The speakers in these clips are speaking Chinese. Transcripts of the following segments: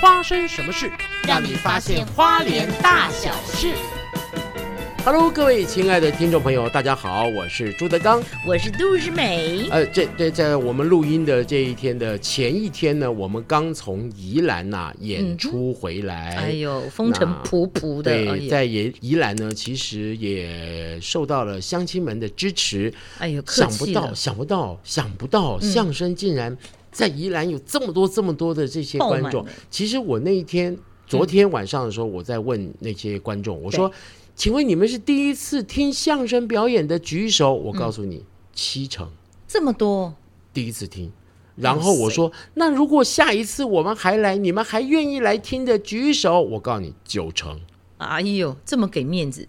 发生什么事？让你发现花莲大小事。 Hello，各位亲爱的听众朋友，大家好，我是朱德刚。我是杜诗美，呃，这这在我们录音的这一天的前一天呢，我们刚从宜兰呐、演出回来。哎呦，风尘仆仆的，哎对，呀在宜宜兰呢，其实也受到了乡亲们的支持。哎呦，客想不气嗯到，了，想不到，想不到，相声竟然在宜兰有这么多、这么多的这些爆满观众了。其实我那一天，昨天晚上的时候，我在问那些观众，我说：“请问你们是第一次听相声表演的举手？”我告诉嗯你，七成这么多，第一次听。然后我说：“那如果下一次我们还来，你们还愿意来听的举手？”我告诉你，九成。哎呦，这么给面子，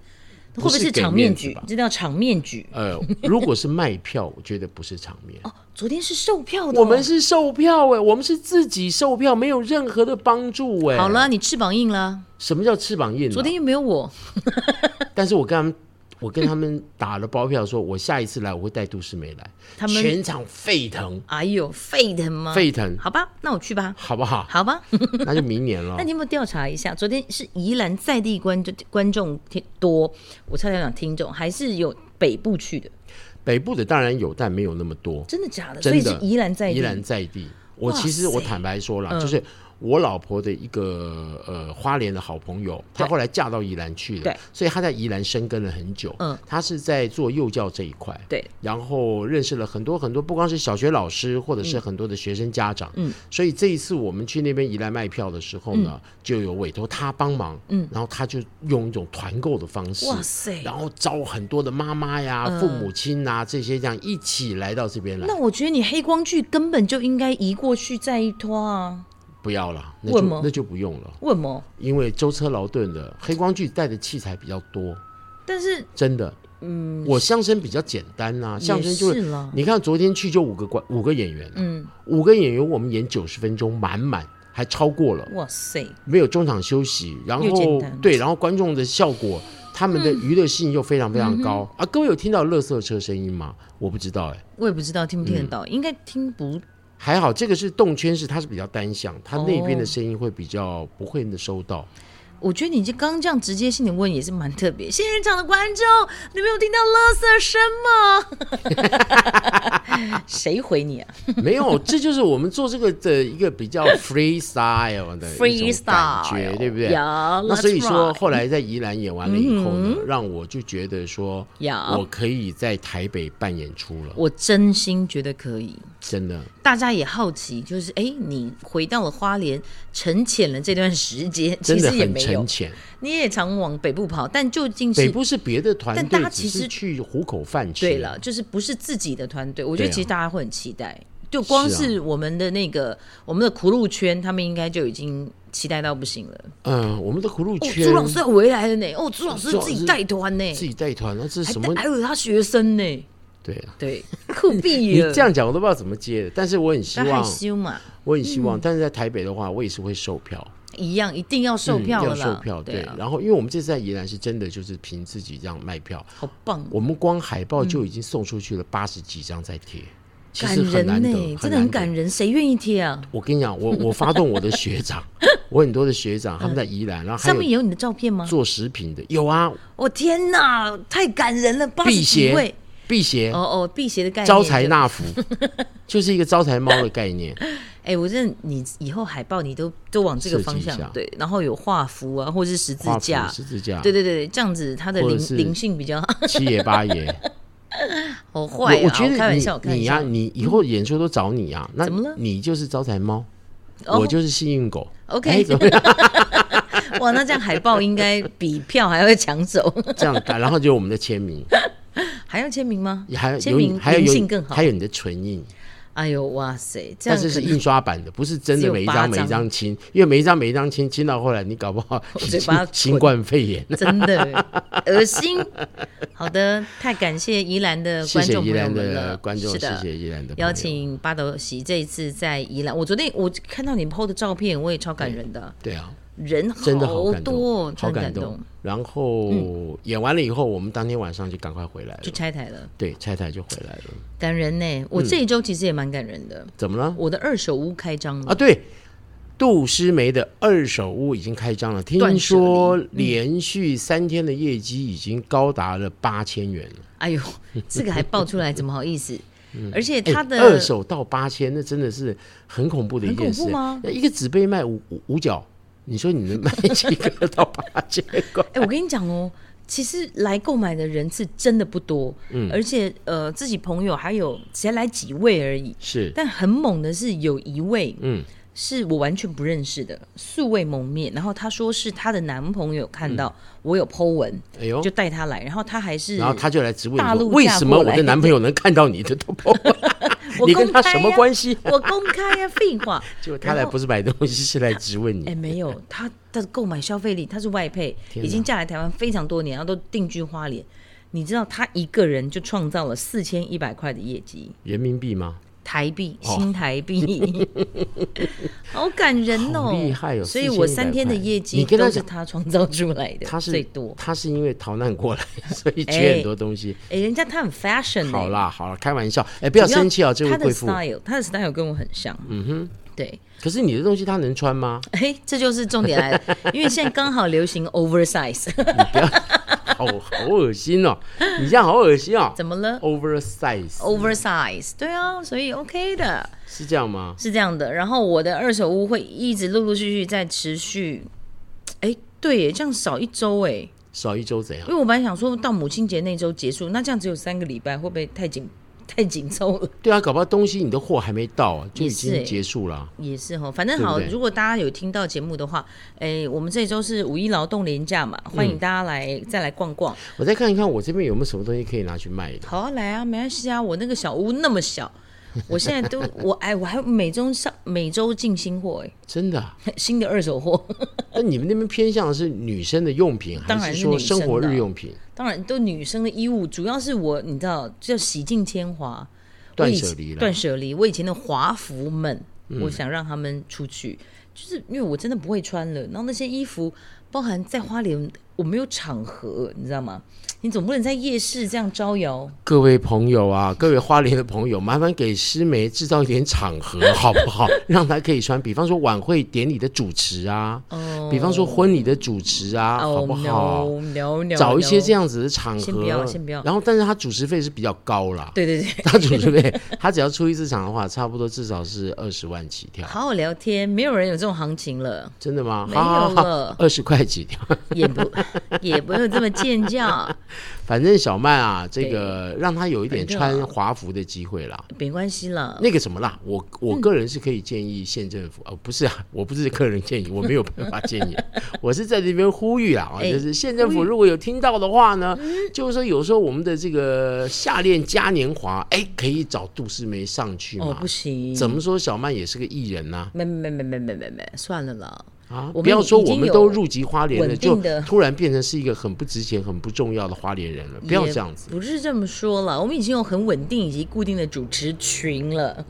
会不是不会是场给面面举子吧？这叫场面举呃，如果是卖票，我觉得不是场面。哦。昨天是售票的哦，我们是售票哎、我们是自己售票，没有任何的帮助哎、好了，，你翅膀硬了。什么叫翅膀硬、啊？昨天，又没有我，但是我跟他们， 我跟他们打了包票说我下一次来我会带杜诗梅来，他们全场沸腾哎呦，沸腾吗？沸腾，好吧，那我去吧。好不 好？好吧，那就明年了那。你有没有调查一下？昨天是宜兰在地观众观众听多，我差点讲听众，还是有北部去的？北部的当然有，但没有那么多，真的假的？所真以的是宜兰在地。宜兰在地。我哇其实我塞嗯坦白说了，就是我老婆的一个呃花莲的好朋友，她对后来嫁到宜兰去了对，所以她在宜兰生根了很久。嗯，她是在做幼教这一块。对，然后认识了很多很多，不光是小学老师，或者是很多的学生家长。嗯，所以这一次我们去那边宜兰卖票的时候呢，就有委托他帮忙。嗯，然后他就用一种团购的方式。哇塞！然后招很多的妈妈呀、嗯父母亲啊这些，这样一起来到这边来那。我觉得你黑光剧根本就应该移过去再一拖啊！不要了，那为什就么那就不用了，为什么？因为舟车劳顿的黑光剧带的器材比较多，但是真的。嗯，我相声比较简单呐、相声就也是。是啦，你看，昨天去就五个关五个演员，嗯，五个演员，我们演九十分钟，满满还超过了，哇塞，没有中场休息。然又简后单嗯对，然后观众的效果，他们的娱乐性又非常非常高、啊！各位有听到垃圾车声音吗？我不知道哎、我也不知道听不听得到，嗯应该听不还好这个是动圈式，它是比较单向，它那边的哦声音会比较不会收到。我觉得你这刚这样直接性的问也是蛮特别。现场的观众，你们有听到垃圾声吗？ 谁回你啊没有，这就是我们做这个的一个比 较 freestyle 的一种感觉， ？Freestyle，对不对？ Yeah, 那所以说， that's right 嗯后来在宜兰演完了以后呢，让我就觉得说， Yeah 我可以在台北办演出了，我真心觉得可以。真的。大家也好奇，就是哎，你回到了花莲，沉潜了这段时间，真其的实也很没有沉，潜，你也常往北部跑，但究竟北是部是别的团但队大，家只其实是去糊口饭吃。对了，，就是不是自己的团队，我觉得对啊其实大家会很期待。就光是啊是我们的那个、我们的苦路圈，他们应该就已经期待到不行了。嗯，我们的葫芦哦，圈朱老师回来了呢！哦，朱老师朱老师自己带团呢，自己带团，那这是还什么带？还有他哎学生呢，对啊，对，酷 你毙了！这样啊讲我都不知道怎么接，但是我很希他害望，羞嘛，我很希望，嗯但是在台北的话，我也是会售票。一样一定要售票了嗯、啦，要售票对。对啊，然后，因为我们这次在宜兰是真的就是凭自己这样卖票，好棒，我们光海报就已经送出去了八十几张在贴，其嗯感实很人难得，呢，真的难很得感。人，谁愿意贴啊？我跟你讲，我我发动我的学 长，我很多的学长他们在宜兰，然后还嗯上面有有你的照片吗？做食品的，有啊，我、天哪，太感人了，八十辟几邪位，辟邪，哦哦，辟邪的概念，招财纳福， 就是一个招财猫的概 念。哎、我真的，你以后海报你都都往这个方设计一下向，对，然后有画符啊，或者是十字画符架，十字架，对对对对，这样子它的或者灵是灵性比较 七爷八爷。好坏、啊我我觉开得玩笑，你开玩你呀、笑。你以后演出都找你啊，那怎么了你就是招财猫，哦我就是幸运狗。 OK 哎怎么样？ 哇，那这样海报应该比票还要抢手，这样改，然后就我们的签名，还要签名吗？还有签有你名还有灵有性你更好还。有你的唇印，哎呦，哇塞，这但样是可是能印刷版的，不是真只的有每一八张每一张张亲，因为每一张每一张亲亲到后来，你搞不好我嘴巴唇 新冠肺 炎。真的恶心。好的，太感谢宜兰的谢观谢众宜朋友兰的们了，观众，是谢的。谢宜兰的朋友邀。请八斗喜这一次在宜兰，我昨天我看到你 PO 的照片，我也超感人的，对啊，人好真的好感多，动，好真的感感嗯动。然后演完了以后，我们当天晚上就赶快回来了就，拆台了，对，拆台就回来了。嗯感人呢。我这一周其实也蛮感人的，怎么了？我的二手屋开张了，啊啊，对，杜诗梅的二手屋已经开张了，断听舍离说连续三天的业绩已经高达了八千元了。哎呦，这个还爆出来，怎么好意思？而且哎他嗯的二手到八千，那真的是很恐怖的一很件恐事。怖吗一个纸杯卖五五五角，你说你能卖几个到八千 块？哎、我跟你讲哦，其实来购买的人次真的不多，嗯而且呃，自己朋友还有才来几位而已。是，但很猛的是，有一位嗯，是我完全不认识的，素未谋面。然后她说是她的男朋友看到我有 Po 文，哎呦就，带她来。然后她还是，嗯然后他就来质问大你说，陆为嫁什么过我来的男朋友能看到你的都不 我你跟公他开什么呀关系？我公开呀、废话。结果他来然后不是买东西，是来质问哎、你。没有，她的购买消费力，她是外配，天已哪经嫁来台湾非常多年，然后都定居花莲。你知道她一个人就创造了四千一百块的业绩，人民币吗？台币，哦新台币， 好感人哦，好厉害哦所以4100我三天的块业绩你跟他都是讲她创造出来的，他是最多。他是因为逃难过来， 所以哎缺很多东西。哎、人家她很 fashion，、欸、好啦好啦，开玩笑，哎，不要主要生气啊，这位她的贵妇。 style，她的 style 跟我很像，嗯哼，对。可是你的东西他能穿吗？ 哎，这就是重点来了， 因为现在刚好流行 oversize， 好好恶心哦，你这样好恶心哦。怎么哦了 oversize ？oversize，对啊，所以 OK 的，是这样吗？是这样的。然后我的二手屋会一直陆陆续续在持续，哎，对耶，这样少一周哎，少一周怎样因？为我本来想说到母亲节那周结束，那这样只有三个礼拜，会不会太紧 太紧凑了？对啊，搞不好东西你的货还没到啊，就已也是经欸结束了啊。也是哈，反正好，对不对如果大家有听到节目的话，哎，我们这周是五一劳动连假嘛，欢嗯迎大家来、再来逛逛。我再看一看我这边有没有什么东西可以拿去卖的。好啊，来啊，没关系啊，我那个小屋那么小， 我现在都我哎，我还每周上每周进新货哎、真 的啊、新的二手货， 那你们那边偏向的是女生的用品，当然还是说女生生活的日用品？当然都女生的衣物，主要是我你知道，就洗尽铅华，断舍离嗯我以前了断舍离。我以前的华服们，我想让他们出去，就是因为我真的不会穿了，然后那些衣服包含在花莲，我没有场合，你知道吗？你总不能在夜市这样招摇。各位朋友啊，各位花莲的朋友，麻烦给师梅制造一点场合， 好不好？让她可以穿，比方说晚会典礼的主持啊，比方说婚礼的主持啊，好不好？哦、no, no, no, 找一些这样。样子的场合，先不要先不要然后，但是他主持费是比较高啦。 对对对，他主持费，他只要出一次场的话，差不多至少是二十万起跳。好好聊天，没有人有这种行情了，真的吗？没有好好了好，二十块起跳。也不也不用这么贱价，反正小曼啊，这个让他有一点反正穿啊华服的机会啦。没关系了。那个什么啦，我我个人是可以建议县政嗯府，哦，不是啊， 我不是个人建议，我没有办法 建议，我是在这边呼吁啦啊，哎嗯就是县政府如果有听到的话呢，就是说有时候我们的这个夏恋嘉年华，哎，可以找杜诗梅上去哦，嘛不。行，怎么说，小曼也是个艺人呐、没没没没没没没，算了啦。啊！我们不要说已经我们有都入籍花莲了，稳就定的突然变成是一个很不值钱、很不重要的花莲人了。不要也这样子，不是这么说了，我们已经有很稳定以及固定的主持群 了，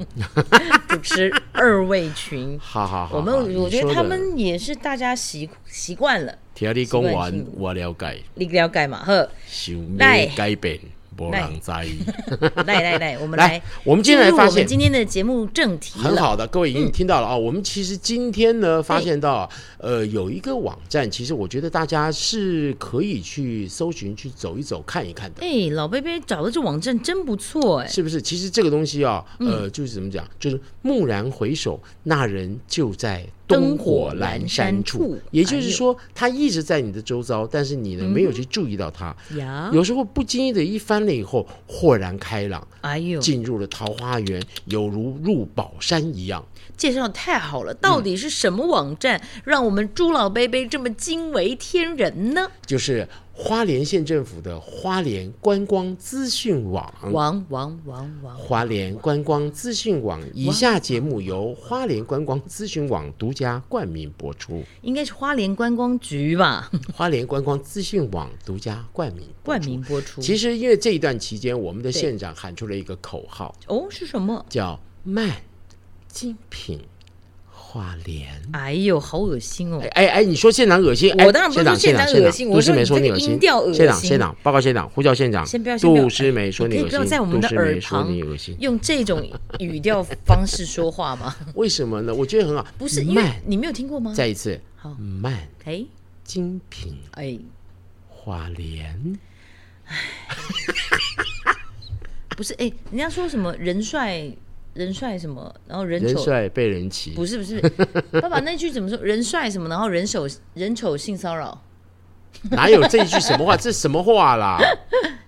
主持二位群。好 好好好。我们我你觉得说他的们也是大家习习惯了，听你讲习惯完性，我了解。你了解 嘛？呵，想来要改变，无人在意。来来来，我们来来，我们今天进来入发我们现今天的节目正题很了。好的，各位已经听到了啊、我们其实今天呢，发现到呃有一个网站，其实我觉得大家是可以去搜寻、去走一走、看一看的。哎，老贝贝找的这网站真不错哎，是不是？其实这个东西啊，呃，就是怎么讲，就是蓦然回首，那人就在灯灯火火阑阑珊珊处处。嗯也就是说，它一直在你的周遭，但是你呢没有去注意到它。呀，有时候不经意的一翻了以后，豁然开朗，哎呦，进入了桃花源，有如入宝山一样。介绍得太好了，到嗯底是什么网站让我们朱老贝贝这么惊为天人呢？就是花莲县政府的花莲观光资讯网。王王王王，花莲观光资讯网，以下节目由花莲观光资讯网独家冠名播 出。应该是花莲观光 局吧？花莲观光资讯网独家冠名播冠出。名播出。其实，因为这一段期间，我们的县长喊出了一个口号，哦，是什么？叫“慢精品，花莲。哎呦，好恶心哦哎！哎哎，你说县长恶心？哎我当然不是说县县长恶心杜我说诗梅你说这你个恶音心，调恶县长心县长报告县长，呼叫县长。先不要，先不要。杜诗梅说你可以恶不要心，在我们杜的诗耳梅说旁你恶心，用这种语调方式说话吗？ 为什么呢？我觉得很好，不是，因为慢。你没有听过吗？再一次，好慢。哎精品哎，花莲，不是哎，人家说什么人帅人帅什么，然后人人丑帅被人骑。不是不是，爸爸那句怎么说？人帅什么，然后人丑人丑性骚扰，哪有这一句什么话？这什么话 啦？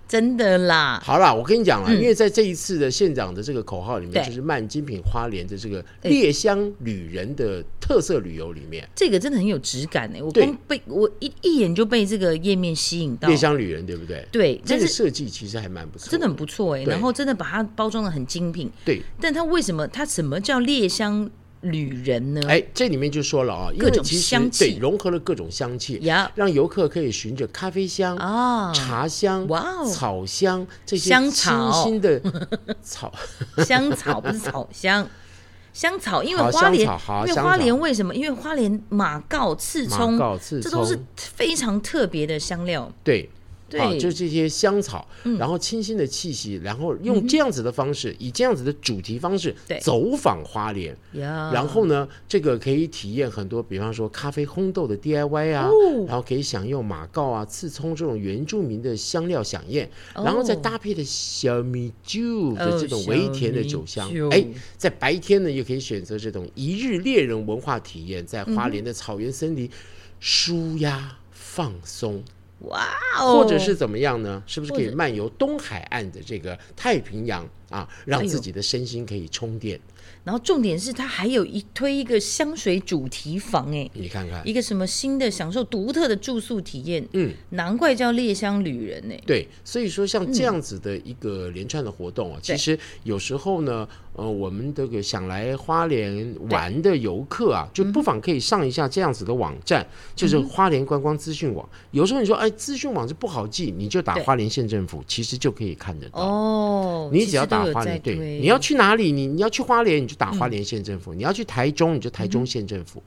真的啦。好啦，我跟你讲啦，因为在这一次的县长的这个口号里面，嗯对就是慢精品花莲的这个猎乡旅人的特色旅游里面，这个真的很有质感哎、我对光被我一一眼就被这个页面吸引到猎，乡旅人对不对？哦对，这但个是设计其实还蛮不错，真的很不错哎、对然后真的把它包装的很精品，对。但它为什么它什么叫猎香旅人呢？哎，这里面就说了啊，因嗯各为种其实香对气融合了各种香气，呀让游客可以循着咖啡香、啊，茶香、哇哦草香这些香清草新 的草， 香草不是草香， 香草，因为好花莲香草好，因为香花草莲为什么？因为花莲马告、刺马葱，告刺这都是葱非常特别的香料。对。对嗯啊，就是这些香草，然后清新的气息，然后用这样子的方式，以这样子的主题方式对走访花莲，呀然后呢，这个可以体验很多，比方说咖啡烘豆的 DIY 啊，哦然后可以享用马告啊、刺葱这种原住民的香料飨宴，哦然后再搭配的小米酒的这种微甜的酒香哦小米酒，哎、在白天呢也可以选择这种一日猎人文化体验，在花莲的草原嗯森林舒压放松。哇哦，或者是怎么样呢？是不是可以或者漫游东海岸的这个太平洋啊，让哎呦自己的身心可以充电？然后重点是它还有一推一个香水主题房哎、你看看，一个什么新的享受独特的住宿体验，嗯，难怪叫猎香旅人呢、对，所以说像这样子的一个连串的活动啊，其嗯对实有时候呢，呃，我们这个想来花莲玩的游客啊，就嗯不妨可以上一下这样子的网站，就是花莲观光资讯网。有时候你说，哎，资讯网是不好记，你就打对花莲县政府，其实就可以看得到。哦，啊你其只实要都打有花在莲，对，推嗯你要去哪里？你你要去花莲，你就打花莲县政府；你要去台中，你就台中县政府；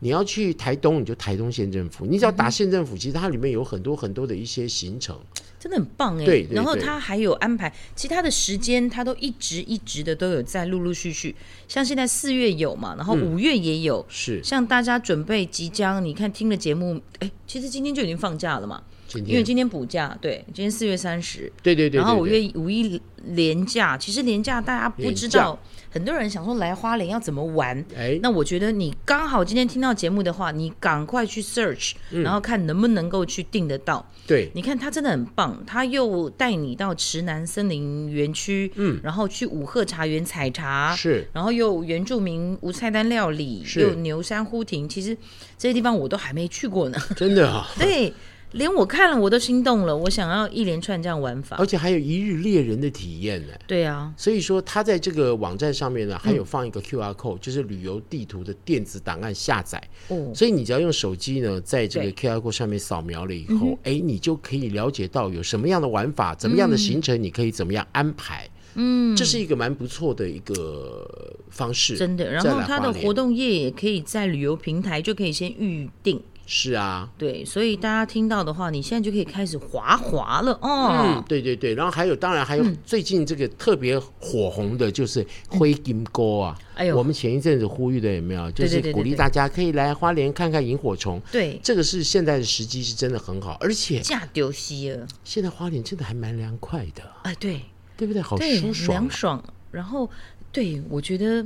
你要去台东，你就台东县政府。你嗯只要打县政府，其实它里面有很多很多的一些行程。真的很棒哎、对对然后对他还有安排，其他的时间他都一直一直的都有在陆陆续续，像现在四月有嘛，然后嗯五月也有，是像大家准备即将，你看听了节目，哎，其实今天就已经放假了嘛，今因为天，今天补假，对，今天四月三十，对对对对对，然后五月五一连假，其实连假大家不知道，很多人想说来花莲要怎么玩。哎，那我觉得你刚好今天听到节目的话，你赶快去 search，、然嗯后看能不能够去订得到。对你看它真的很棒，它又带你到池南森林园区，嗯，然后去五鹤茶园采茶，是然后又有原住民无菜单料理，是又有牛山呼亭，其实这些地方我都还没去过呢。 真的啊。 对，连我看了我都心动了，我想要一连串这样玩法。而且还有一日猎人的体验呢。对啊，所以说，它在这个网站上嗯面呢，还有放一个 QR code，、就是旅游地图的电子档案下载。哦，所以你只要用手机呢，在这个对嗯 QR code 上面扫描了以后，哎、你就可以了解到有什么样的玩法，怎么嗯样的行程，你可以怎么样安排。嗯，这是一个蛮不错的一个方式。真的。然再后来它花的莲活动页也可以在旅游平台就可以先预定。是啊，对，所以大家听到的话，你现在就可以开始滑滑了嗯哦。，对对对，然后还有，当然还嗯有最近这个特别火红的就是灰金钩啊，哎呦我们前一阵子呼吁的有没有？就对是对对鼓励对对大家可以来花莲看看萤火虫。对，这个是现在的时机是真的很好，而且架丢西了。现在花莲真的还蛮凉快的，哎，对对不对？好对，舒爽啊凉，爽。然后，对我觉得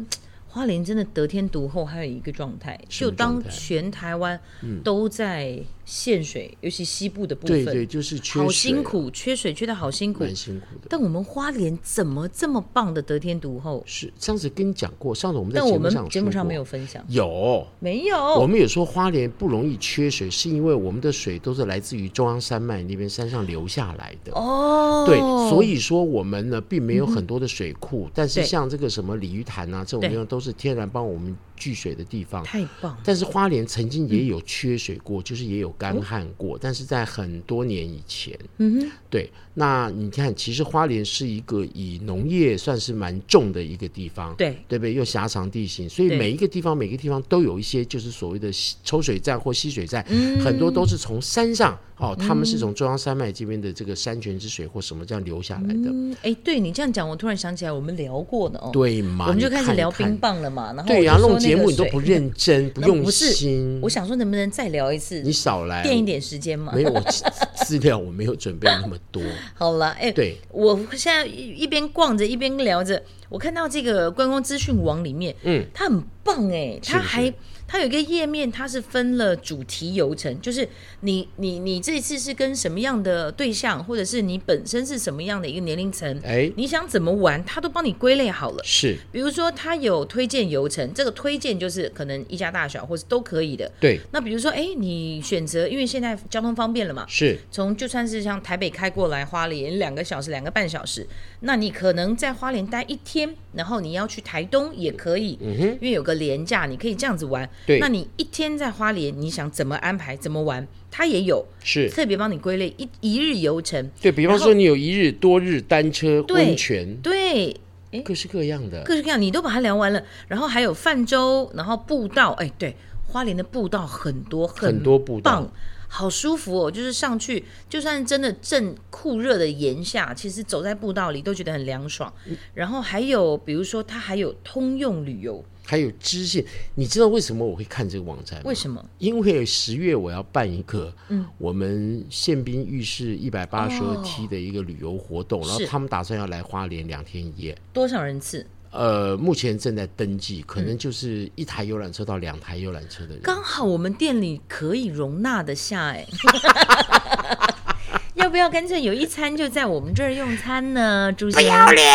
花莲真的得天独厚，还有一个状态，什么就当状态嗯全台湾都在限水，尤其西部的部对分，对，就是缺好水啊辛，苦，缺水缺的好辛苦蛮。辛苦的。但我们花莲怎么这么棒的得天独厚？是上次跟你讲过，上次我们在但节我目上们节目说上过没有哦分享，有。没我有。们有说花莲不容易缺水，是因为我们的水都是来自于中央山脉那边山上流下来的。哦，对，所以说我们呢并没有很多的水库，但是嗯对像这个什么鲤鱼潭啊这种地方都是天然帮我们聚水的地方。太棒了，但是花莲曾经也有缺水嗯过，就是也有干旱过，但是在很多年以前，哦嗯哼，对，那你看，其实花莲是一个以农业算是蛮重的一个地方，对，对不对？又狭长地形，所以对每一个地方每个地方都有一些就是所谓的吸抽水站或吸水站，嗯很多都是从山上哦，他们是从中央山脉这边的这个山泉之水或什么这样流下来的，嗯，哎、对你这样讲，我突然想起来，我们聊过的哦，，对嘛？我们就你开始看聊看冰棒了嘛，然后对呀、呀、弄节目你都不认真，不 那用不是心，我想说能不能再聊一次，你少来，垫一点时间嘛没。有，我资资料我没有准备那么 多。好了，哎、对，我现在一一边逛着一边聊着，我看到这个观光资讯网里面，嗯，它很棒哎、是它不是还它有一个页面，它是分了主题游程，就是你你你这次是跟什么样的对象，或者是你本身是什么样的一个年龄层，哎，你想怎么玩，它都帮你归类好了。是比如说，它有推荐游程，这个推荐就是可能一家大小或者都可以的。对，那比如说，哎，你选择，因为现在交通方便了嘛，是从就算是像台北开过来花莲两个小时、两个半小时，那你可能在花莲待一天，然后你要去台东也可以，因为有个廉价，你可以这样子玩。对那你一天在花莲，你想怎么安排、怎么玩，它也有是。特别帮你归类一一日游程。对比方说，你有一日、多日、单车、对温泉，对，各式各样的。各式各样，你都把它聊完了，然后还有泛舟，然后步道，哎，对，花莲的步道很多，很多步道棒，好舒服哦。就是上去，就算真的正酷热的炎夏，其实走在步道里都觉得很凉爽。嗯然后还有，比如说它还有通用旅游，还有知性，你知道为什么我会看这个网站吗？为什么？嗯因为十月我要办一个，我们宪兵浴室一百八十二梯的一个旅游活动，然后哦是他们打算要来花莲两天一夜。多少人次？呃，目前正在登记，可能就是一台游览车到两台游览车的人。刚好我们店里可以容纳得下、哎。 要不要干脆有一餐就在我们这儿用餐呢？主席，不要脸！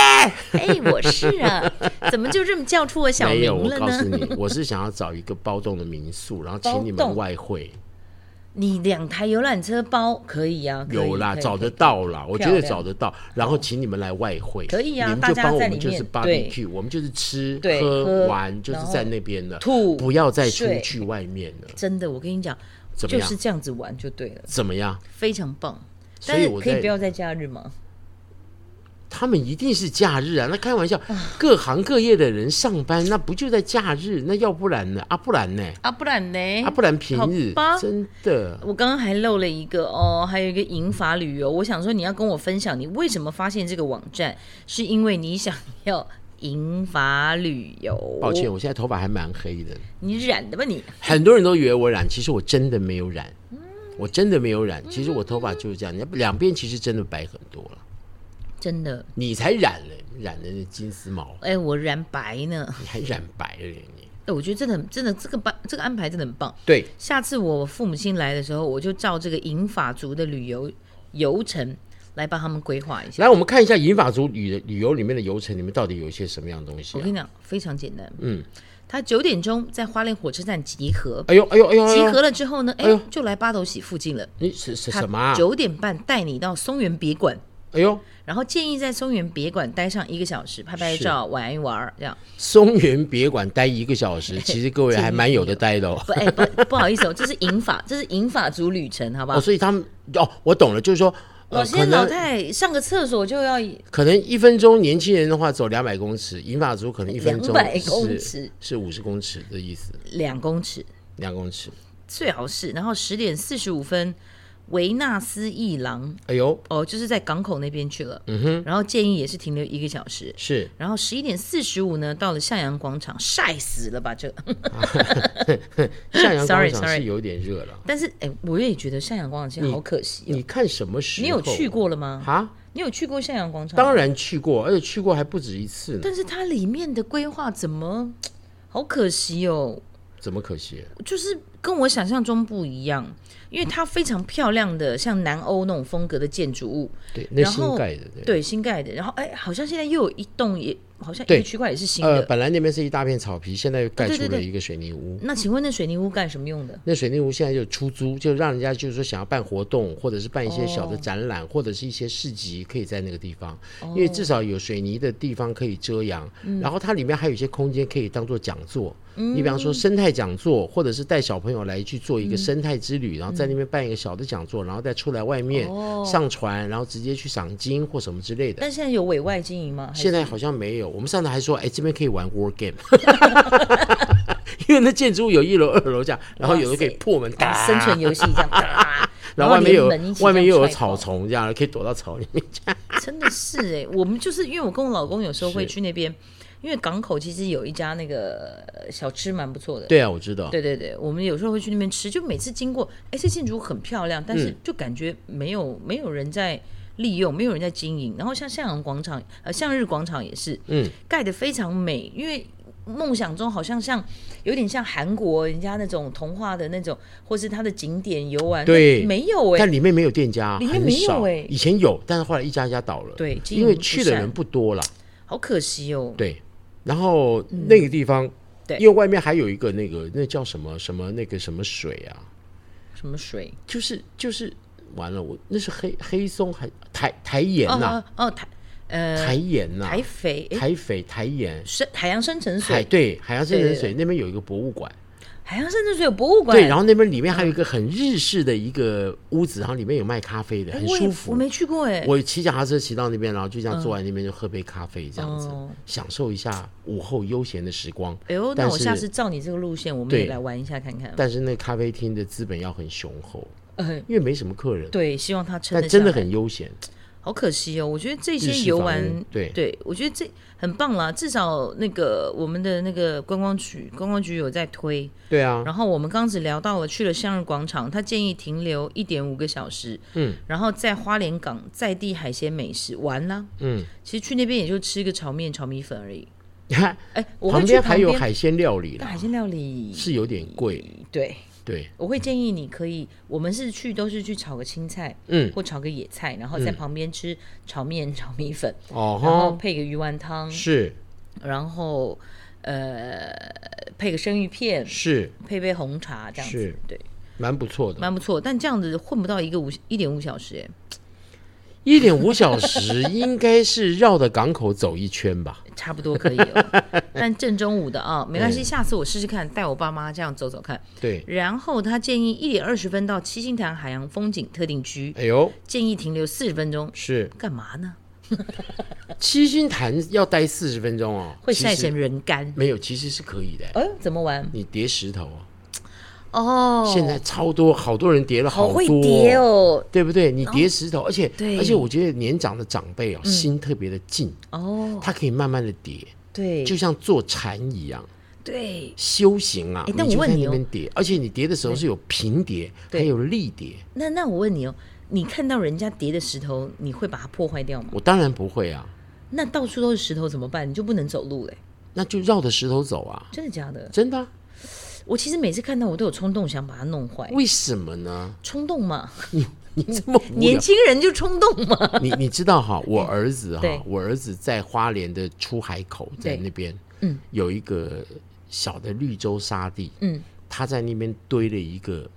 哎，我是啊，怎么就这么叫出我小没名有，我了告诉呢？你，我是想要找一个包栋的民宿，然后请你们包栋外汇。你两台游览车包可以啊，可以有啦，可以找得可以到啦，我觉得漂亮找得到。然后请你们来外汇，可以啊你们大就家帮我在们里就是面对 barbecue，我们就是吃对喝喝玩，就是然后在那边了，吐不要再出睡去外面了，真的，我跟你讲，怎么就样是这样子玩就对了，怎么样？非常棒。所但以是我可以在不要在假日吗？他们一定是假日啊！那开玩笑，各行各业的人上班，那不就在假日？那要不然呢？啊，不然呢？啊，不然呢？啊，不然平日好吧真的我刚刚还漏了一个哦，还有一个银发旅游。我想说，你要跟我分享你为什么发现这个网站，是因为你想要银发旅游。抱歉，，我现在头发还蛮黑的。你染的吧你？很多人都以为我染，其实我真的没有染，我真的没有染。其实我头发就是这样，两边其实真的白很多了。真的，你才染了，染了那金丝毛，哎，我染白呢。你还染白了你。哎，我觉得真的很，真的这个班这个安排真的很棒。对，下次我父母亲来的时候，我就照这个银发族的旅游游程来帮他们规划一下。来我们看一下银发族旅旅游里面的游程，里面到底有一些什么样的东西、我啊跟？你讲，非常简单。嗯，他九点钟在花莲火车站集合，哎呦哎呦哎呦哎集呦！合了之后呢，哎、哎呦就来八斗喜附近了。你是是他什么、啊？九点半带你到松园别馆，哎呦，然后建议在松园别馆待上一个小时，拍拍是照，玩一玩，这样。松原别馆待一个小 时，其实各位还蛮有的待的哦。不，哎、不，不好意思哦，这是银法，这是银法族旅程，好不好？哦，所以他们哦，我懂了，就是说，我呃，现可在脑能袋上个厕所就要可能一分钟，年轻人的话走两百公尺，银发族可能一分钟200是公尺是五十公尺的意思，两公尺，两公尺。最好是。然后十点四十五分，维纳斯一郎哎呦，哦，就是在港口那边去了。嗯哼。然后建议也是停留一个小时。是然后十一点四十五呢，到了向阳广场，晒死了吧这个？ 向阳广 Sorry，场 sorry 是有点热了。但是哎、我也觉得向阳广场现在好可惜哦、你看什么时候？你有去过了吗？啊？你有去过向阳广场？当。然去过，而且去过还不止一次呢。但是它里面的规划怎么好可惜哦，怎么可惜？就是跟我想象中不一样，因为它非常漂亮的，像南欧那种风格的建筑物，对，那然新后盖的，对。对新盖的。然后哎，好像现在又有一栋也，好像一对个区块也是新呃，的。本来那边是一大片草皮，现在又盖对出对了对一个水泥屋。那请问那水泥屋干什么用的？那水泥屋现在就出租，就让人家就是说想要办活动，或者是办一些小的展览，或者是一些市集，可以在那个地方，因为至少有水泥的地方可以遮阳，然后它里面还有一些空间可以当做讲座，你比方说生态讲座，或者是带小朋友来去做一个生态之旅，然后在那边办一个小的讲座，然后再出来外面哦上船，然后直接去赏金或什么之类的。但现在有委外经营吗？还是现在好像没有。我们上次还说，哎，这边可以玩 war game，因为那建筑物有一楼、二楼这样，然后有的可以破门打打，生存游戏这样，打 然后外面有连门一起这样外面又有踹草爆丛这样，可以躲到草里面。 真的是哎、我们就是因为我跟我老公有时候会是去那边，因为港口其实有一家那个呃小吃蛮不错的。对啊，我知道。对对对我们有时候会去那边吃，就每次经过，哎，这建筑物很漂亮，但是就感觉没有、没有人在利用，没有人在经营。然后像向阳广场，呃，向日广场也是，嗯，盖得非常美，因为。梦想中好像像有点像韩国人家那种童话的那种，或是它的景点游玩，对那没有哎、但里面没有店家，里面很没有少欸以前有，但是后来一家一家倒了。对经营因为不去的人善不多了。好可惜哦。对，然后那个地方，嗯对因为外面还有一个那个那叫什么什么那个什么水啊，什么水？就是就是完了，我那是黑黑松还台台盐呐、哦哦哦台呃台盐啊呐、台肥诶台肥台盐深海洋深层海水，对海洋深对层对水那边有一个博物馆，海洋深层水有博物馆，对，然后那边里面还有一个很日式的一个屋子，然后里面有卖咖啡的，哎很我也舒我服。没去过哎，我骑脚踏车骑到那边，然后就这样坐在那边就喝杯咖啡，这样子、哦享受一下午后悠闲的时光。哎呦，那但我是下次照你这个路线，我们对也来玩一下看看。但是那咖啡厅的资本要很雄厚，呃，因为没什么客人，对，希望他撑但得下真来。的很悠闲。好可惜哦，我觉得这日些式游房玩屋，对我觉得这很棒啦。至少那个我们的那个观光局，观光局有在推。对啊，然后我们刚刚只聊到了去了向日广场，他建议停留一点五个小时，嗯，然后在花莲港在地海鲜美食玩啦。嗯，其实去那边也就吃个炒面、炒米粉而已。你 看哎，我会旁去边还有海鲜料理但啦海，鲜料理，是有点贵。对，对，我会建议你可以，我们是去都是去炒个青菜嗯，或炒个野菜，然后在旁边吃炒面、炒米粉，哦然吼，后配个鱼丸汤，是然后呃配个生鱼片，是，配杯红茶这样子是，对，蛮不错的。蛮不错。但这样子混不到一个五一点五小时，哎，一点五小时应该是绕着港口走一圈吧？差不多可以哦。 但正中午的啊，没关系，下次我试试看，带我爸妈这样走走看。对，然后他建议一点二十分到七星潭海洋风景特定区，哎呦，建议停留四十分钟，是干嘛呢？七星潭要待四十分钟哦，会其晒实成人干。没有，其实是可以的。哎，怎么玩？你叠石头啊，哦，现在超多，好多人叠了好好会多叠哦，对不对？你叠石头，而且对嗯而且我觉得年长的长辈哦，心特别的静，哦，他可以慢慢的叠，对，就像坐禅一样对。修行啊诶。但你就我问在你那哦边叠，而且你叠的时候是有平叠，还对有立叠。那那我问你哦，你看到人家叠的石头，你会把它破坏掉吗？我当然不会啊，那到处都是石头怎么办？你就不能走路嘞？那就绕着石头走啊，真的假的？真的啊、我其实每次看到我都有冲动想把它弄坏，为什么 呢？冲动嘛，你这么无年聊，轻人就冲动嘛。你你知道 哈，我儿子哈对，我儿子在花莲的出海口，在对那边，嗯，有一个小的绿洲沙地，嗯他在那边堆了一个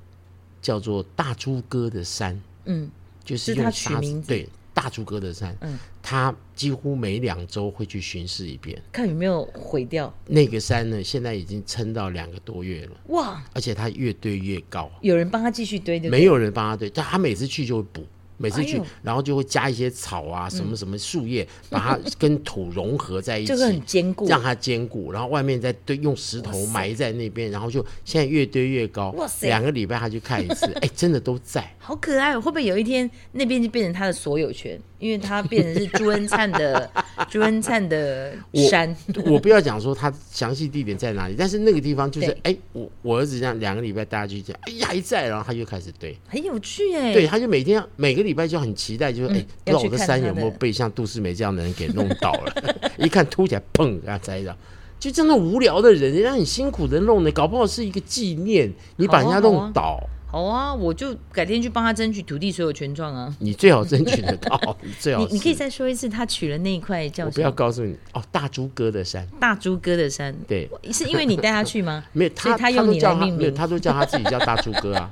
叫做大猪哥的山，嗯，就是是他用取沙子名字对大猪哥的山，嗯他几乎每两周会去巡视一遍。看有没有毁掉。那个山呢，现在已经撑到两个多月了，哇，而且它越堆越高，有人帮他继续堆，对不对？没有人帮他堆，但他每次去就会补。每次去哎呦，然后就会加一些草啊，什么什么树叶，把 它跟土融合在一起，这个很坚固。啊让它坚固，然后外面再堆用石头埋在那边，然后就现在越堆越高哇。塞两个礼拜他去看一 次，哎，真的都在。好可爱哦！会不会有一天那边就变成他的所有权？因为他变成是朱恩灿 的朱恩灿的山，我不要讲说它详细地点在哪里，但是那个地方就是对，哎，我我儿子这样两个礼拜大家去讲，哎呀还在，然后他就开始堆。很有趣哎。对，，他就每天每个礼拜就很期待，就是哎、不知嗯要道去我的看山他有没有的被像杜世梅这样的人给弄倒 了。一看凸起来，砰，给他摘掉。就真的无聊的人，人家很辛苦的弄的，搞不好是一个纪念，你把人家好啊好啊弄倒，好啊，我就改天去帮他争取土地所有权状啊。你最好争取得到，你最好你是 你可以再说一次，他取了那一块叫我什不要么告诉你哦，大猪哥的山，大猪哥的山，对，是因为你带他 ？去吗没有所以他，他用都你叫来他命没有，名。 他都叫他自己叫大猪哥啊，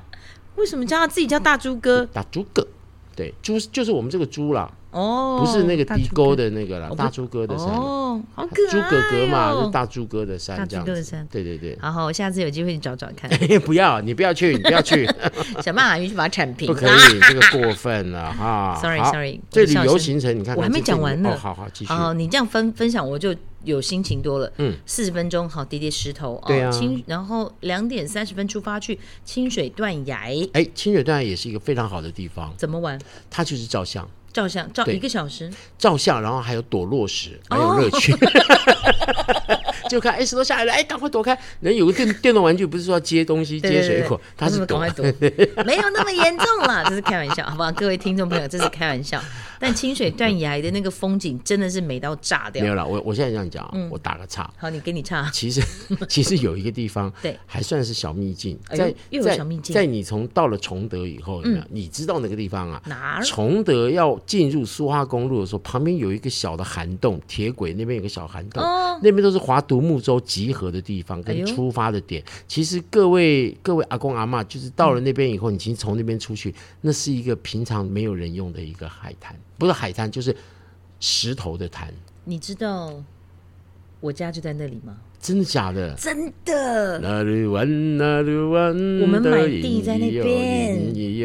为什么叫他自己叫大猪哥？大猪哥。对，猪就是我们这个猪啦，哦，不是那个大低猪沟哥的那个啦哦，不大猪哥的山，哦，好可爱、哦，猪哥哥嘛，就是大猪哥的山大这猪样哥的子。山对对对， 好好，我下次有机会去找找看，不要，你不要去，你不要 去，想办法去把它铲平。不可以，这个过分了哈。 Sorry，好 sorry，这我旅笑游声行程你看看，我还没这讲这完里呢哦好好继续。哦，你这样分分享，我就有心情多了。嗯，四十分钟，好，跌跌石头，哦、对啊清，然后两点三十分出发去清水断崖，哎，清水断崖也是一个非常好的地方，怎么玩？它就是照相，照相，照对一个小时，照相，然后还有躲落石，哦蛮有乐趣。 就看哎石头下来了，哎赶快躲开！人有个电电动玩具，不是说要接东西、对接水果，它是赶躲快。躲， 没有那么严重啦，这是开玩笑，好不好？各位听众朋友，这是开玩笑。但清水断崖的那个风景真的是美到炸没有掉。啦，我我现在这样讲啊，嗯我打个岔。好，你给你差，其实 其实有一个地方，对还算是小秘境，哎呦在又有在小秘境嗯在你从到了崇德以后，有没有？你知道那个地方啊？哪儿？崇德要进入苏花公路的时候，旁边有一个小的涵洞，铁轨那边有个小涵洞，哦那边都是划独木舟集合的地方哎跟呦出发的点。其实各位各位阿公阿妈，就是到了那边以后，你其实从那边出去，那是一个平常没有人用的一个海滩，不是海滩就是石头的滩，你知道我家就在那里吗？真的假的？真的，那里湾，那里湾，我们买地在那边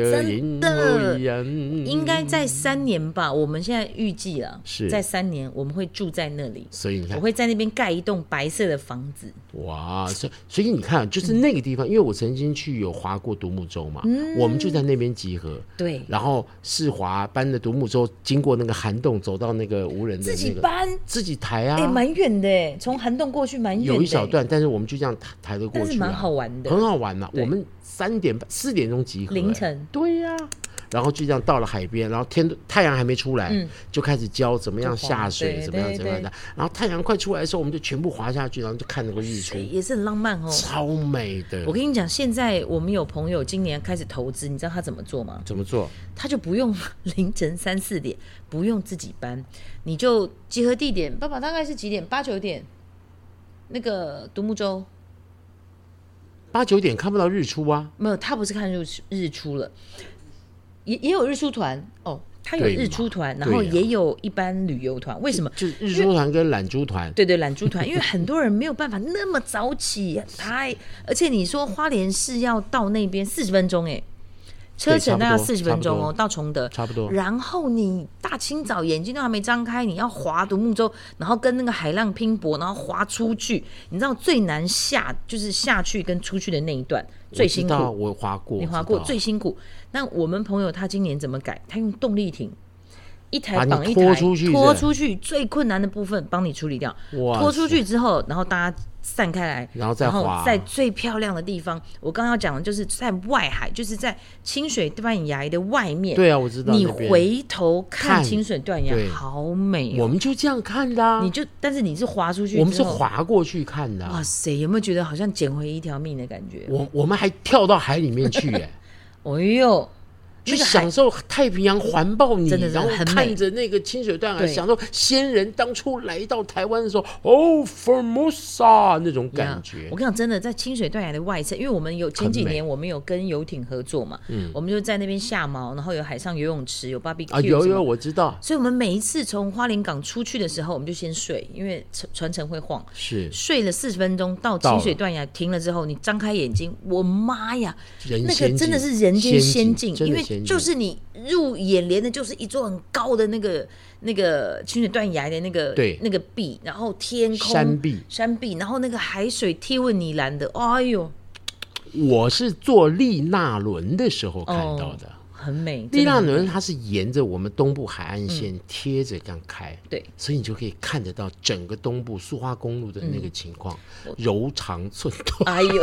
真的应应该在三年吧。我们现在预计了，是在三年我们会住在那里，所以你看我，会在那边盖一栋白色的房子。哇，所以所以你看，就是那个地方，因为我曾经去有划过独木舟嘛，我们就在那边集合，对，然后世华搬的独木舟经过那个涵洞，走到那个无人的自己那个搬，自己抬哎，啊，蛮远的哎，从涵洞过去蛮远的，哎有一小，段，但是我们就这样抬抬着过但是去蛮啊好，玩的。很好玩呐、对我们三点半四点钟集合，凌晨哎对呀、然后就这样到了海边，然后天太阳还没出来，就开始教怎么样嗯就滑下水，对怎么样对怎么样的。然后太阳快出来的时候，我们就全部滑下去，然后就看那个日出哎，也是很浪漫哦。超美的。我跟你讲，现在我们有朋友今年开始投资，你知道他怎么做吗？怎么做？他就不用 凌晨三四点，不用自己搬，你就集合地点，爸爸大概是几点？八九点，那个独木舟。八九点看不到日出啊，没有，他不是看日出日出了，也也有日出团哦，他有对嘛日出团，然对后呀也有一般旅游团。为什么？就是日出团跟懒猪团。对对，懒猪团，因为很多人没有办法那么早起，太而且你说花莲市要到那边四十分钟哎，车对差程不大概多四十差分不钟哦，多到崇德差不多然后你大清早眼睛都还没张开，你要划独木舟，然后跟那个海浪拼搏，然后划出去，你知道最难下就是下去跟出去的那一段最辛苦我知。道我滑过，你划我知过道最辛苦。那我们朋友他今年怎么改？他用动力艇，一台把你绑一台拖出去是拖出去最困难的部分帮你处理掉。哇塞拖出去之后，然后大家散开来，然后再划在最漂亮的地方，我刚刚要讲的就是在外海，就是在清水断崖的外面。对啊，我知道你那边回头看看清水断崖，对好美、我哦。们就这样看的、啊你，就，但是你是划出去之后，我们是滑过去看的啊、哇塞，有没有觉得好像捡回一条命的感觉？我我们还跳到海里面去耶、哎呦，去那个海享受太平洋环抱你，真的真的然后很美看着那个清水断崖，对享受先人当初来到台湾的时候，哦，Formosa 那种感觉嗯我。跟你讲，真的在清水断崖的外侧，因为我们有前几很美嗯年我们有跟游艇合作嘛，我们就在那边下锚，然后有海上游泳池，有 barbecue，啊，有什么有，我知道，所以我们每一次从花莲港出去的时候，我们就先睡，因为船船程会晃。是睡了四十分钟，到到清了水断崖停了之后，你张开眼睛，我妈呀，人那个仙真的境是人间仙仙境境，真因的为仙就境是你入眼帘的就是一座很高的那个那个清水断崖的那个对那个壁，然后天空山壁山壁，然后那个海水贴问你蓝的，哎呦，我是坐利纳轮的时候看到的。很美。利哦真的纳很轮它是沿着我们东部海岸线贴着这样开，对，所以你就可以看得到整个东部苏花公路的那嗯个情况，柔肠寸断。哎呦，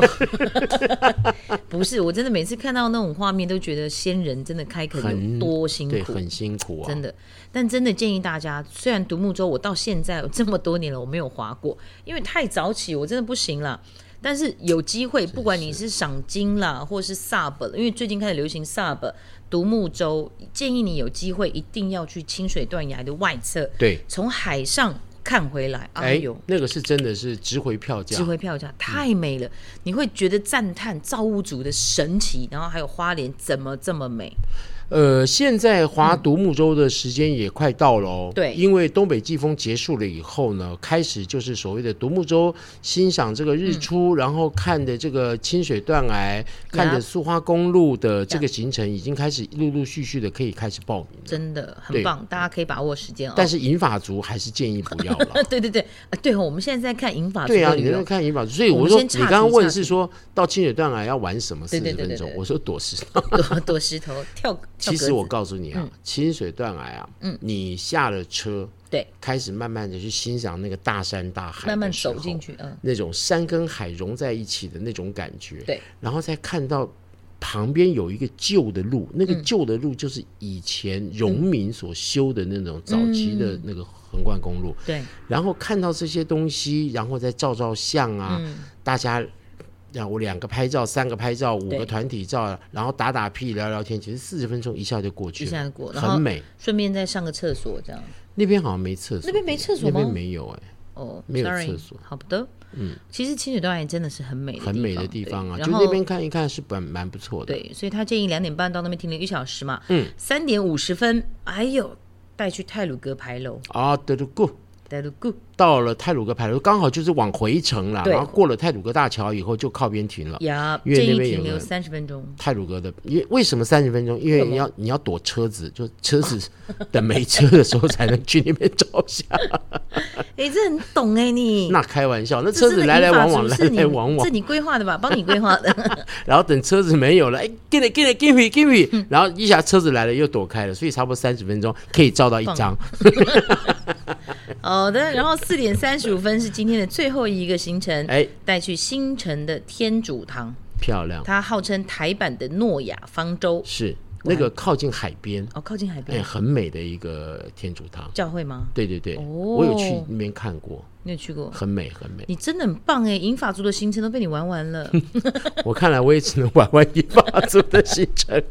不是，我真的每次看到那种画面都觉得仙人真的开垦有很多辛对，苦，很辛苦啊，真的，但真的建议大家，虽然独木舟我到现在这么多年了，我没有划过，因为太早起我真的不行了。但是有机会，不管你是赏金啦，或是 sub，因为最近开始流行 sub 独木舟，建议你有机会一定要去清水断崖的外侧，对。从海上看回来，哎嗯哎呦，，那个是真的是值回票价值，回票价太美了，你会觉得赞叹造物主的神奇，然后还有花莲怎么这么美，呃，现在划独木舟的时间也快到了哦。对因为东北季风结束了以后呢，开始就是所谓的独木舟，欣赏这个日出，嗯然后看的这个清水断崖，看着苏花公路的这个行程，已经开始陆陆续续的可以开始报名了。真的很对棒，大家可以把握时间哦。但是银发族还是建议不要 了。对对对，啊对哦，我们现在在看银发族对啊，的你旅那游个，看银发族，所以我我们说先你岔刚刚题岔问题是说到清水断崖要玩什么四对十对对分对钟，对我说躲石头。躲 躲石头跳跳格子。嗯其实我告诉你啊，清水断崖啊，你下了车，对，开始慢慢的去欣赏那个大山大海，慢慢走进，去，嗯，那种山跟海融在一起的那种感觉，对，然后再看到。旁边有一个旧的路，那个嗯旧的路就是以前农民所修的那种早期嗯的那个横贯公路，对，然后看到这些东西，然后再照照相啊，嗯大家。让我两个拍照，三个拍照，五对个团体照，然后打打屁、聊聊天，其实四十分钟一下就过去一了，下就过，然后很美。顺便再上个厕所这样。那边好像没厕所，那边没厕所吗那边没有哎、哦，没有 sorry，厕所好的，嗯，其实清水断崖真的是很美的地方，很美的地方啊，对就然后那边看一看是蛮蛮不错的。对，所以他建议两点半到那边停留一小时嘛，嗯，三点五十分，哎呦，带去泰鲁阁牌楼，啊，对对，good。泰鲁阁，到了泰鲁阁牌楼，刚好就是往回程啦，对然后过了泰鲁阁大桥以后就靠边停了。呀，因为建那议边有停留个三十分钟，泰鲁格的，因为为什么三十分钟？因为你要你要躲车子，就车子 等没车的时候才能去那边照相。哎，这很懂哎 你。那开玩笑，那这车真的子来来银发往族往，来是你来往往是，你规划的吧？帮你规划的，然后等车子没有了，哎，给你给你给你给你，然后一下车子来了又躲开了，所以差不多三十分钟可以照到一张。好的。然后四点三十五分是今天的最后一个行程，哎，带去新城的天主堂，漂亮，它号称台版的诺亚方舟，是那个靠近海边，哦，靠近海边、哎，很美的一个天主堂。教会吗？对对对，哦我有去那边看过，你有去过？很美很美。你真的很棒哎，银发族的行程都被你玩完 了，我看来我也只能玩玩一发族的行程。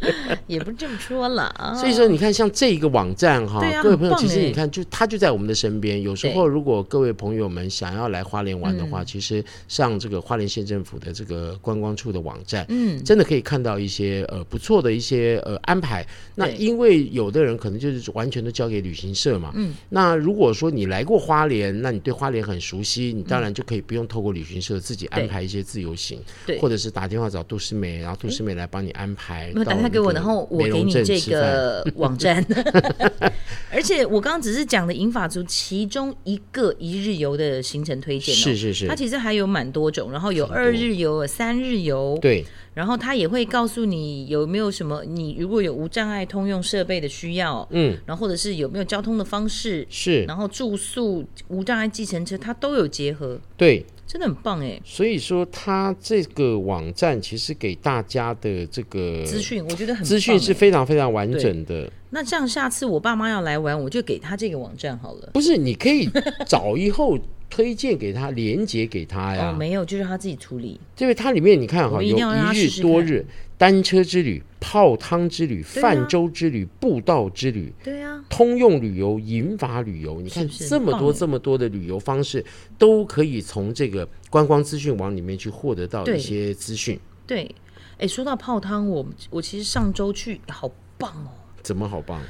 也不是这么说了啊。所以说，你看像这一个网站哈对，啊各位朋友，很棒其实欸你看，就它就在我们的身边。有时候，如果各位朋友们想要来花莲玩的话，嗯其实上这个花莲县政府的这个观光处的网站，嗯，真的可以看到一些呃不错的一些呃安排。那因为有的人可能就是完全都交给旅行社嘛，嗯，那如果说你来过花莲，那你对花莲很熟悉，你嗯当然就可以不用透过旅行社自己安排一些自由行，对或者是打电话找杜诗美，然后杜诗美来帮你安排没到那个有打梅电话龙镇吃饭。给我，然后我给你这 个网站。 而且我刚刚只是讲的银发族其中一个一日游的行程推荐、哦，是是是它其实还有蛮多种，然后有很多二日游、有三日游，对。然后它也会告诉你有没有什么，你如果有无障碍通用设备的需要，嗯，然后或者是有没有交通的方式，是然后住宿、无障碍计程车，它都有结合，对，真的很棒哎。所以说它这个网站其实给大家的这个资讯我觉得很资讯棒是哎非常非常完整的。那这样，下次我爸妈要来玩，我就给他这个网站好了。不是，你可以找以后推荐给他，连接给他哦，哎呀，没有，就是他自己处理。因为它里面你看我哈，一定有要让他一试日试多看日单车之旅、泡汤之旅、对啊泛舟之旅、步道之旅。对啊，通用旅游、银发旅游，你看是是这么棒多哎这么多的旅游方式，都可以从这个观光资讯网里面去获得到对一些资讯。对。哎，说到泡汤，我我其实上周去，好棒哦。怎么好棒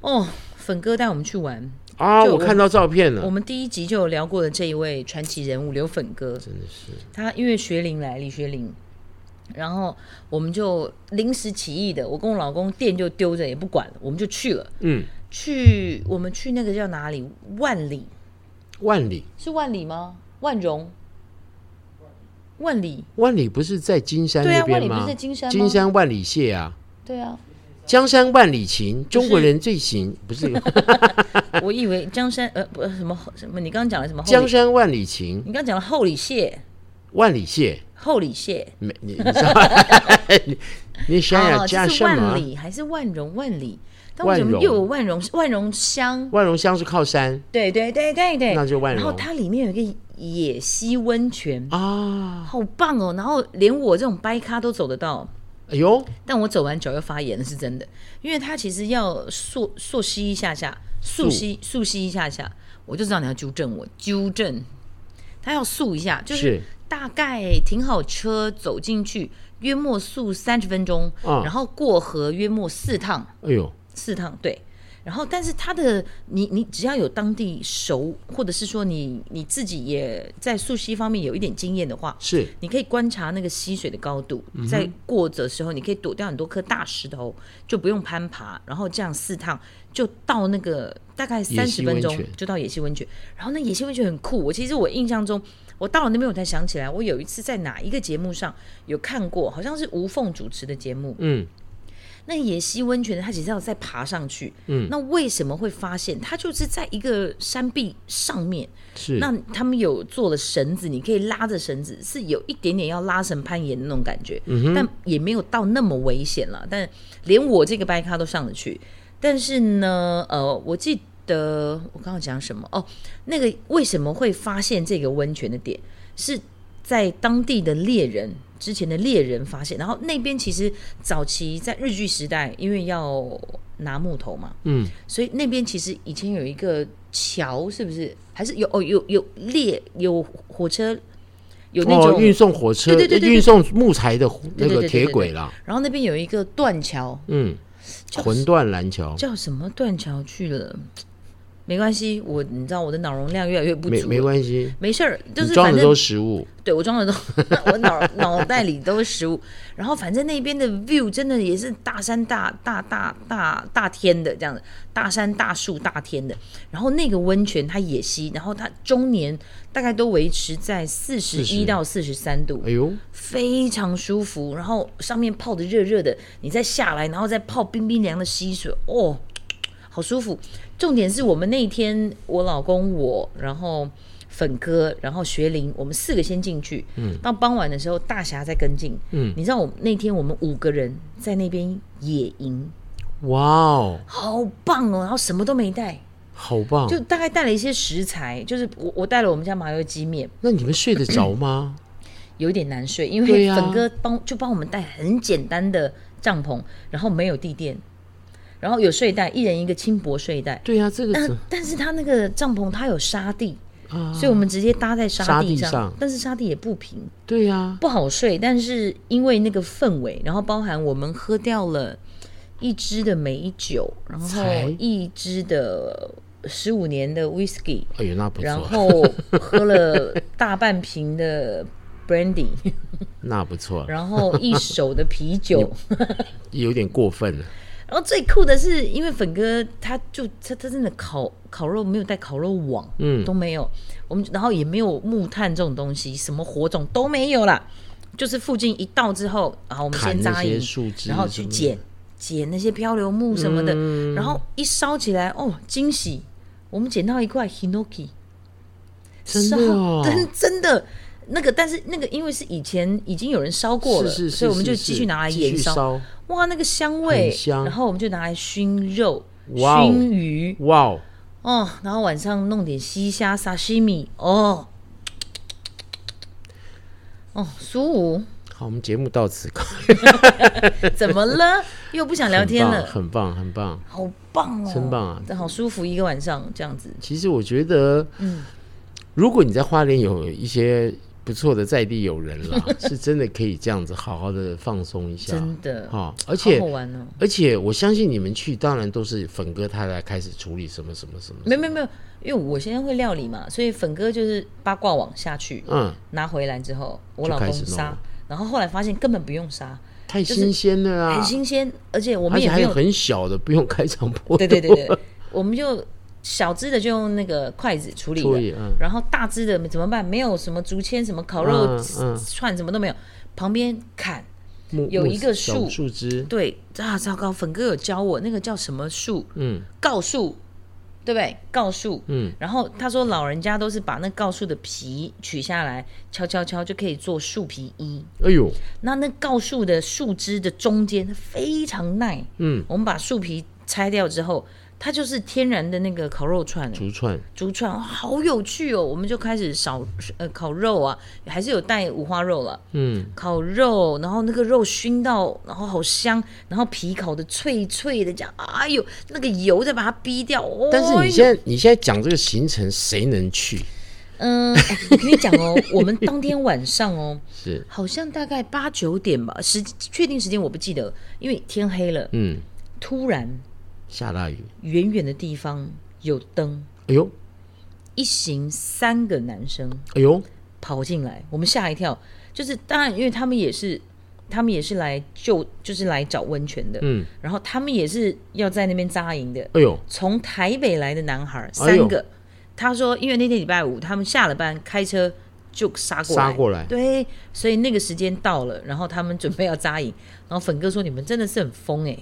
哦，粉哥带我们去玩，啊！就我我看到照片了我，们第一集就有聊过的这一位传奇人物刘粉哥，真的是他因为学龄来，李学龄，然后我们就临时起意的，我跟我老公店就丢着也不管了，我们就去了。嗯，去我们去那个叫哪里？万里万里，是万里吗？万荣，万里万里不是在金山那边对啊万里不吗？是在金山吗金山万里蟹啊，对啊，江山万里情，中国人最行，不 是 我以为江山呃不什么什么，你刚刚讲了什么？江山，山万里情，你刚刚讲了厚礼蟹，万里蟹，厚礼蟹，没你你知道你 你想想这加哦是什么万啊？里还是万荣？万里，但为什万么荣又有万荣万荣香？万荣乡是靠山对对对对对，那就万荣然后它里面有一个野溪温泉，啊，好棒哦！然后连我这种掰咖都走得到，哎呦，但我走完脚又发炎了，是真的，因为它其实要溯溯溪一下下，溯溪溯溪一下下，我就知道你要纠正我，纠正，它要溯一下，就是是大概停好车走进去，约莫速三十分钟，嗯然后过河约莫四趟，哎呦，四趟对。然后，但是它的你你只要有当地熟，或者是说你你自己也在溯溪方面有一点经验的话，是你可以观察那个溪水的高度，在过的时候，你可以躲掉很多颗大石头，就不用攀爬，然后这样四趟就到那个大概野三溪十分温钟泉就到野溪温泉。然后那野溪温泉很酷，我其实我印象中，我到了那边我才想起来，我有一次在哪一个节目上有看过，好像是吴凤主持的节目，嗯，那野溪温泉它其实要再爬上去，嗯，那为什么会发现它就是在一个山壁上面？是哦那他们有做了绳子，你可以拉着绳子，是有一点点要拉绳攀岩那种感觉，但也没有到那么危险了。但连我这个白咖都上得去，但是呢，呃，我记得我刚刚讲什么哦？那个为什么会发现这个温泉的点是在当地的猎人。之前的猎人发现，然后那边其实早期在日据时代，因为要拿木头嘛，嗯，所以那边其实以前有一个桥，是不是？还是有哦，有有列有火车，有那种、哦，运送火车，对对对对对运送木材的那对对对个对铁对轨啦，然后那边有一个断桥，嗯，叫魂断蓝桥，叫什么断桥去了？没关系，我你知道我的脑容量越来越不足没了，没关系，没事儿，就你是装反的都正是食物，对我装的都， 我脑脑袋里都是食物。然后反正那边的 view 真的也是大山大大大大大天的这样子，大山大树大天的。然后那个温泉它野溪，然后它中年大概都维持在四十一40到四十三度哎，呦，非常舒服。然后上面泡的热热的，你再下来，然后再泡冰冰凉的溪水，哦，好舒服。重点是我们那一天，我老公我，然后粉哥，然后学林，我们四个先进去。嗯，到傍晚的时候，大侠在跟进。嗯，你知道我们那天我们五个人在那边野营，哇哦，好棒哦！然后什么都没带，好棒！就大概带了一些食材，就是我我带了我们家麻油鸡面，那你们睡得着 吗？有一点难睡，因对为呀粉哥帮、就帮我们带很简单的帐篷，然后没有地垫，然后有睡袋，一人一个轻薄睡袋。对呀、这个但怎但是他那个帐篷它有沙地，啊，所以我们直接搭在沙地沙地上但是沙地也不平，对呀、不好睡。但是因为那个氛围，然后包含我们喝掉了一支的美酒，然后才一支的十五年的 whisky，哎呦，那不然错，后喝了大半瓶的 brandy，那不错，然后一手的啤 酒。有点过分了。然后最酷的是，因为粉哥他就他他真的烤烤肉没有带烤肉网，嗯都没有。我们然后也没有木炭这种东西，什么火种都没有啦。就是附近一到之后，然后我们砍先扎那些营树，枝然后什去么的嗯捡捡那些漂流木什么的，然后一烧起来，哦，惊喜！我们捡到一块 hinoki，真的哦烧真真的那个，但是那个因为是以前已经有人烧过了，是是是，所以我们是就是继续拿来继延续烧。烧。哇，那个香味，很香然后我们就拿来熏肉、哇哦熏鱼哇哦，哦，然后晚上弄点西虾、沙西米哦，哦，苏 武好，我们节目到此告怎么了？又不想聊天了，很棒，很棒，很棒。好棒哦，真棒啊这好舒服，一个晚上这样子，其实我觉得，嗯如果你在花莲有一些不错的在地友人 啦，是真的可以这样子好好的放松一下。真的，哈、啊而好且好玩哦。而且我相信你们去，当然都是粉哥太太开始处理什么什么什么什么。没有没有没有，因为我现在会料理嘛，所以粉哥就是八卦网下去嗯，拿回来之后，我就老开公始弄杀了，然后后来发现根本不用杀，太就是新鲜了啊！很新鲜，而且我而们且也还没有有很小的，不用开肠破 对对对对，我们就小只的就用那个筷子处理处了，理嗯然后大只的怎么办？没有什么竹签，什么烤肉、嗯嗯串，什么都没有，旁边砍。 木有木一个小树树枝，对，啊，糟糕，粉哥有教我那个叫什么树，嗯告树，对不对？告树。嗯，然后他说老人家都是把那告树的皮取下来，敲敲敲就可以做树皮衣。哎呦，那那告树的树枝的中间非常耐，嗯，我们把树皮拆掉之后，它就是天然的那个烤肉串了。竹串，竹串，哇好有趣哦！我们就开始烧呃烤肉啊，还是有带五花肉了，嗯，烤肉，然后那个肉熏到，然后好香，然后皮烤的脆脆的，这样，哎呦，那个油再把它逼掉。但是哎你呦现在你现在讲这个行程，谁能去？嗯、哎我跟你讲哦， 我们当天晚上哦，是，好像大概八九点吧，时确定时间我不记得，因为天黑了。嗯，突然，下大雨，远远的地方有灯，哎呦，一行三个男生哎呦，跑进来，我们吓一跳。就是当然，因为他们也是，他们也是来救，就是来找温泉的。嗯，然后他们也是要在那边扎营的。哎呦，从台北来的男孩哎三呦个，他说因为那天礼拜五他们下了班开车就杀过来，杀过来对，所以那个时间到了，然后他们准备要扎营，然后粉哥说你们真的是很疯哎、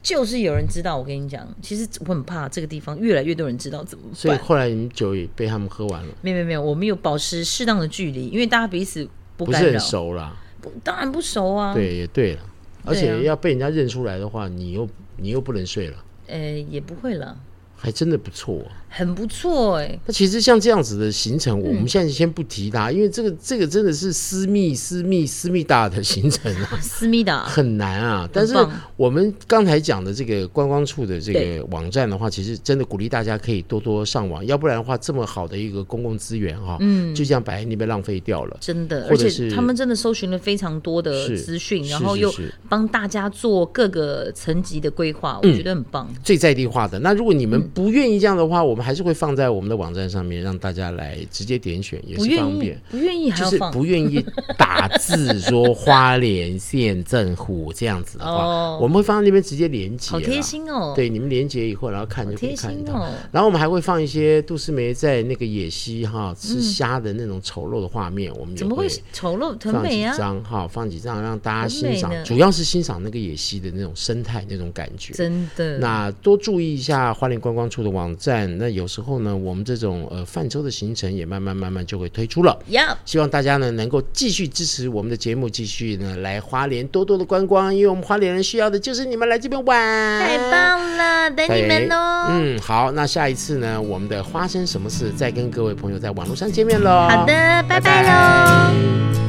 就是有人知道，我跟你讲，其实我很怕这个地方越来越多人知道怎么所以办。后来你们酒也被他们喝完了，没有没有没有，我们有保持适当的距离，因为大家彼此不不干是很扰，熟啦。不当然不熟啊。，对，也对了，而且要被人家认出来的话，你又你又不能睡了，呃，也不会了，还真的不错、啊。很不错哎、那其实像这样子的行程，我嗯们现在先不提它，因为这个这个真的是私密、私密、私密大的行程啊，思密达，很难啊。 但是我们刚才讲的这个观光处的这对个网站的话，其实真的鼓励大家可以多多上网，要不然的话，这么好的一个公共资源哈、嗯，就这样摆在那边浪费掉了。真的，或而者且是他们真的搜寻了非常多的是资讯，是然后是又是帮大家做各个层级的规划，我觉得很棒。最在地化的。那如果你嗯们不愿意这样的话，我们还是会放在我们的网站上面，让大家来直接点选，也不是愿方意便。，不愿意还就要是放，不愿意打字说花莲县政府这样子的话，哦我们会放在那边直接连接。好贴、心哦，，对，你们连接以后，然后看就可以贴看心到。哦，然后我们还会放一些杜思梅在那个野溪哈吃虾的那种丑陋的画面，我们也嗯怎么会丑陋？很放美几啊，张哈，放几张让大家很欣美赏呢，主要是欣赏那个野溪的那种生态那种感觉。真的。那多注意一下花莲观光处的网站。那有时候呢，我们这种呃泛舟的行程也慢慢慢慢就会推出了。呀，希望大家呢能够继续支持我们的节目，继续呢来花莲多多的观光，因为我们花莲人需要的就是你们来这边玩。太棒了，等你们哦。嗯，好，那下一次呢，我们的花生什么事再跟各位朋友在网络上见面喽。好的，拜拜拜喽。拜